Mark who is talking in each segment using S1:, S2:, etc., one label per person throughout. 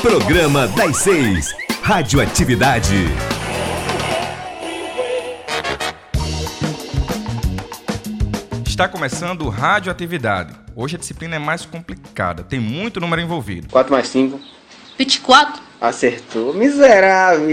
S1: Programa das seis, Radioatividade.
S2: Está começando Radioatividade. Hoje a disciplina é mais complicada, tem muito número envolvido.
S3: 4 mais 5.
S4: 24.
S3: Acertou, miserável.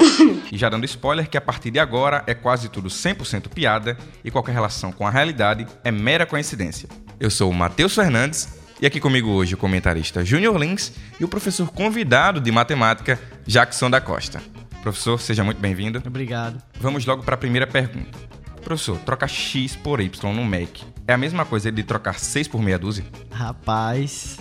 S2: E já dando spoiler que a partir de agora é quase tudo 100% piada e qualquer relação com a realidade é mera coincidência. Eu sou o Matheus Fernandes e aqui comigo hoje o comentarista Júnior Lins e o professor convidado de matemática Jackson da Costa. Professor, seja muito bem-vindo.
S5: Obrigado.
S2: Vamos logo para a primeira pergunta. Professor, trocar x por y no MEC é a mesma coisa de trocar 6 por meia dúzia?
S5: Rapaz,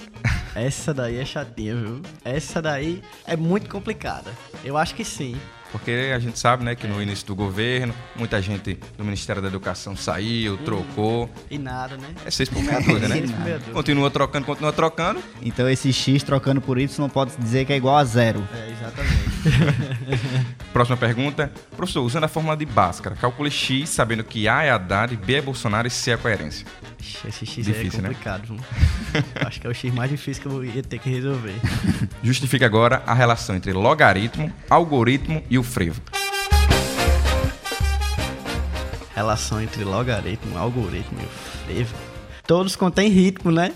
S5: essa daí é chatinha, viu? Essa daí é muito complicada. Eu acho que sim.
S2: Porque a gente sabe, né, que no início do governo, muita gente do Ministério da Educação saiu, trocou.
S5: E nada, né?
S2: É 6 por meia dúzia, né?
S5: Seis por meia dúzia.
S2: Continua trocando, continua trocando.
S6: Então esse x trocando por y pode dizer que é igual a zero.
S5: É, exatamente.
S2: Próxima pergunta. Professor, usando a fórmula de Bhaskara, calcule x sabendo que A é Haddad, B é Bolsonaro e C é a coerência.
S5: Ixi, Esse X
S2: Difícil,
S5: aí
S2: né?
S5: é complicado, viu? Eu acho que é o X mais difícil que eu ia ter que resolver.
S2: Justifique agora a relação entre logaritmo, algoritmo e o frevo.
S5: Relação entre logaritmo, algoritmo e o frevo. Todos contêm ritmo, né?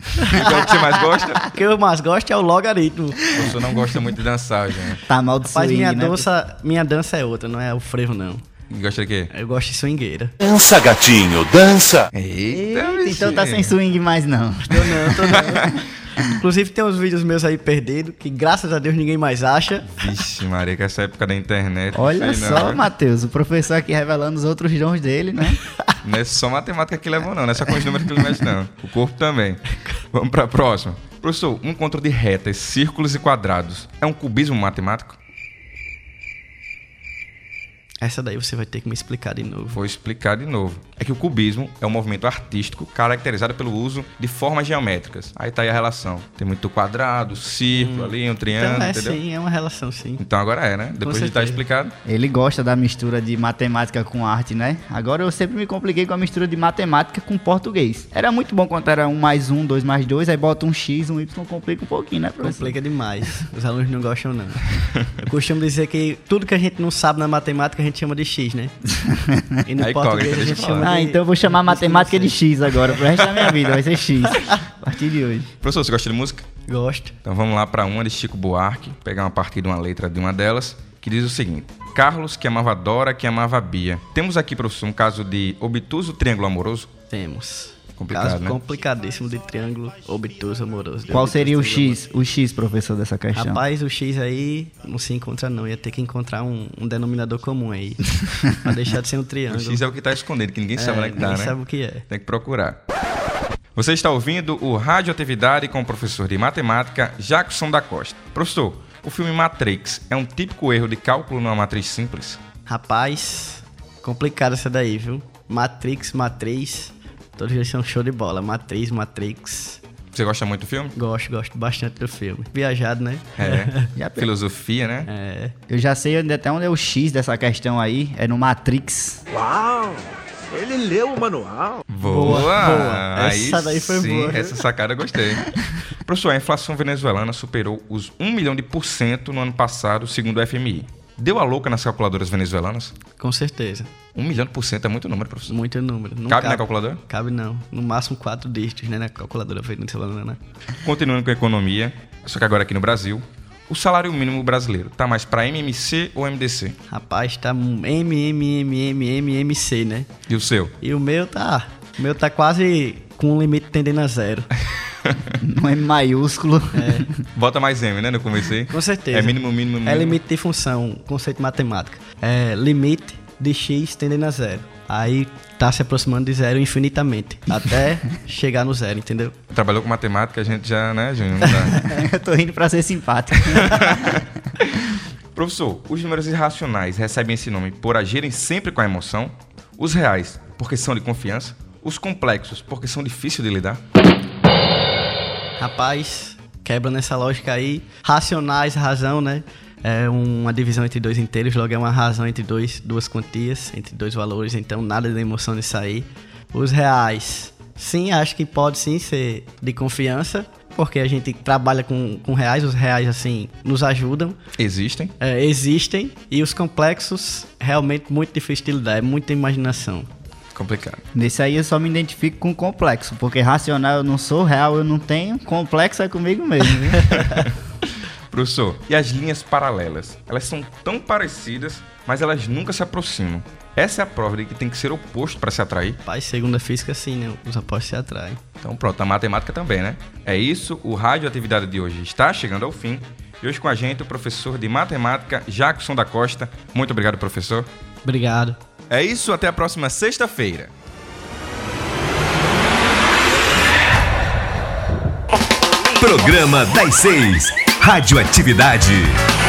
S2: E qual é o que você mais gosta?
S5: O que eu mais gosto é o logaritmo.
S2: O professor não gosta muito de dançar, gente.
S6: Tá mal de
S5: Mas
S6: swing,
S5: minha
S6: né?
S5: dança, minha dança é outra, não é o frevo, não.
S2: Gosta de quê?
S5: Eu gosto de swingueira.
S1: Dança, gatinho, dança.
S2: Eita,
S6: Eita, então tá sem
S2: bichinho.
S6: swing mais não.
S5: Tô não, tô não. Inclusive tem uns vídeos meus aí perdidos, que graças a Deus ninguém mais acha.
S2: Vixe, Maria, que essa época da internet. não
S6: Olha
S2: sei
S6: só,
S2: não.
S6: Matheus, o professor aqui revelando os outros dons dele, né?
S2: Não é só matemática que leva, não. Não é só com os números que ele mexe, não. O corpo também. Vamos pra próxima. Professor, um controle de retas, círculos e quadrados é um cubismo matemático?
S5: Essa daí você vai ter que me explicar de novo.
S2: Vou explicar de novo. É que o cubismo é um movimento artístico caracterizado pelo uso de formas geométricas. Aí tá aí a relação. Tem muito quadrado, círculo ali, um triângulo,
S5: Então é
S2: entendeu?
S5: sim, é uma relação sim.
S2: Então agora é, né? Depois de estar
S5: certeza.
S2: explicado.
S6: Ele gosta da mistura de matemática com arte, né? Agora eu sempre me compliquei com a mistura de matemática com português. Era muito bom quando era 1 mais 1, 2 mais 2, aí bota um x, um y, complica um pouquinho, né, professor?
S5: Complica demais. Os alunos não gostam, não. Eu costumo dizer que tudo que a gente não sabe na matemática a gente chama de X, né? E no
S2: Aí,
S5: português
S2: Cogre,
S5: a gente
S2: deixa eu
S5: chama
S2: falar.
S6: Ah,
S5: de...
S6: então eu vou chamar a matemática de x agora, pro resto da minha vida, vai ser x. A partir de hoje.
S2: Professor, você gosta de música?
S5: Gosto.
S2: Então vamos lá para uma de Chico Buarque, pegar uma parte de uma letra de uma delas, que diz o seguinte: Carlos que amava Dora, que amava Bia. Temos aqui, professor, um caso de obtuso triângulo amoroso.
S5: Temos.
S2: Complicado,
S5: Caso
S2: né?
S5: complicadíssimo de triângulo obtuso amoroso.
S6: Qual
S5: Obtuso
S6: seria o
S5: triângulo
S6: x, o x, professor, dessa questão?
S5: Rapaz, o X aí não se encontra não. Ia ter que encontrar um, um denominador comum aí. pra deixar de ser um
S2: O
S5: triângulo.
S2: X é o que tá escondido, que ninguém
S5: É,
S2: sabe onde é que tá, né?
S5: ninguém sabe o que é.
S2: Tem que procurar. Você está ouvindo o Radioatividade com o professor de matemática Jackson da Costa. Professor, o filme Matrix é um típico erro de cálculo numa matriz simples?
S5: Rapaz, complicado essa daí, viu? Matrix, Matriz. Todos eles são show de bola. Matriz, Matrix.
S2: Você gosta muito do filme?
S5: Gosto, gosto bastante do filme. Viajado, né?
S2: É.
S6: Já-
S2: Filosofia, né?
S5: É.
S6: Eu já sei onde- até onde é o X dessa questão aí. É no Matrix.
S7: Uau! Ele leu o manual.
S2: Boa!
S5: boa.
S2: Aí
S5: Essa daí foi
S2: sim,
S5: boa, viu?
S2: Essa sacada eu gostei. Professor, a inflação venezuelana superou os 1 milhão de por cento no ano passado, segundo o FMI. Deu a louca nas calculadoras venezuelanas?
S5: Com certeza.
S2: 1 milhão de por cento é muito número, professor.
S5: Muito número. Não
S2: Cabe na calculadora?
S5: Cabe não. No máximo quatro dígitos, né? Na calculadora venezuelana, né?
S2: Continuando com a economia, só que agora aqui no Brasil, o salário mínimo brasileiro tá mais pra MMC ou MDC?
S5: Rapaz, tá um MMMMMMC, né?
S2: E o seu?
S5: E o meu tá. O meu tá quase com um limite tendendo a zero.
S6: No M maiúsculo.
S5: É.
S2: Bota mais M, né? No começo aí.
S5: Com certeza.
S2: É mínimo, mínimo, mínimo.
S5: É limite de função, conceito de matemática. É limite de x tendendo a zero. Aí tá se aproximando de zero infinitamente. Até chegar no zero, entendeu?
S2: Trabalhou com matemática, a gente já, né, Júnior? Não dá.
S6: Eu tô indo pra ser simpático.
S2: Professor, os números irracionais recebem esse nome por agirem sempre com a emoção, os reais porque são de confiança, os complexos porque são difíceis de lidar.
S5: Rapaz, quebra nessa lógica aí. Racionais, razão, né? É uma divisão entre dois inteiros, logo é uma razão entre dois, duas quantias, entre dois valores, então nada de emoção nisso aí. Os reais. Sim, acho que pode sim ser de confiança. porque a gente trabalha com, com reais, os reais, assim, nos ajudam.
S2: Existem.
S5: É, existem e os complexos realmente muito difícil de lidar, é muita imaginação.
S2: Complicado.
S6: Nesse aí eu só me identifico com complexo, porque racional eu não sou, real eu não tenho, complexo é comigo mesmo, viu?
S2: Professor, e as linhas paralelas? Elas são tão parecidas, mas elas nunca se aproximam. Essa é a prova de que tem que ser oposto para se atrair.
S5: Pai, segunda física, assim, né? Os opostos se atraem.
S2: Então pronto, a matemática também, né? É isso, o Radioatividade de hoje está chegando ao fim. E hoje com a gente o professor de matemática, Jackson da Costa. Muito obrigado, professor.
S5: Obrigado.
S2: É isso, até a próxima sexta-feira.
S1: Programa das Seis. Radioatividade.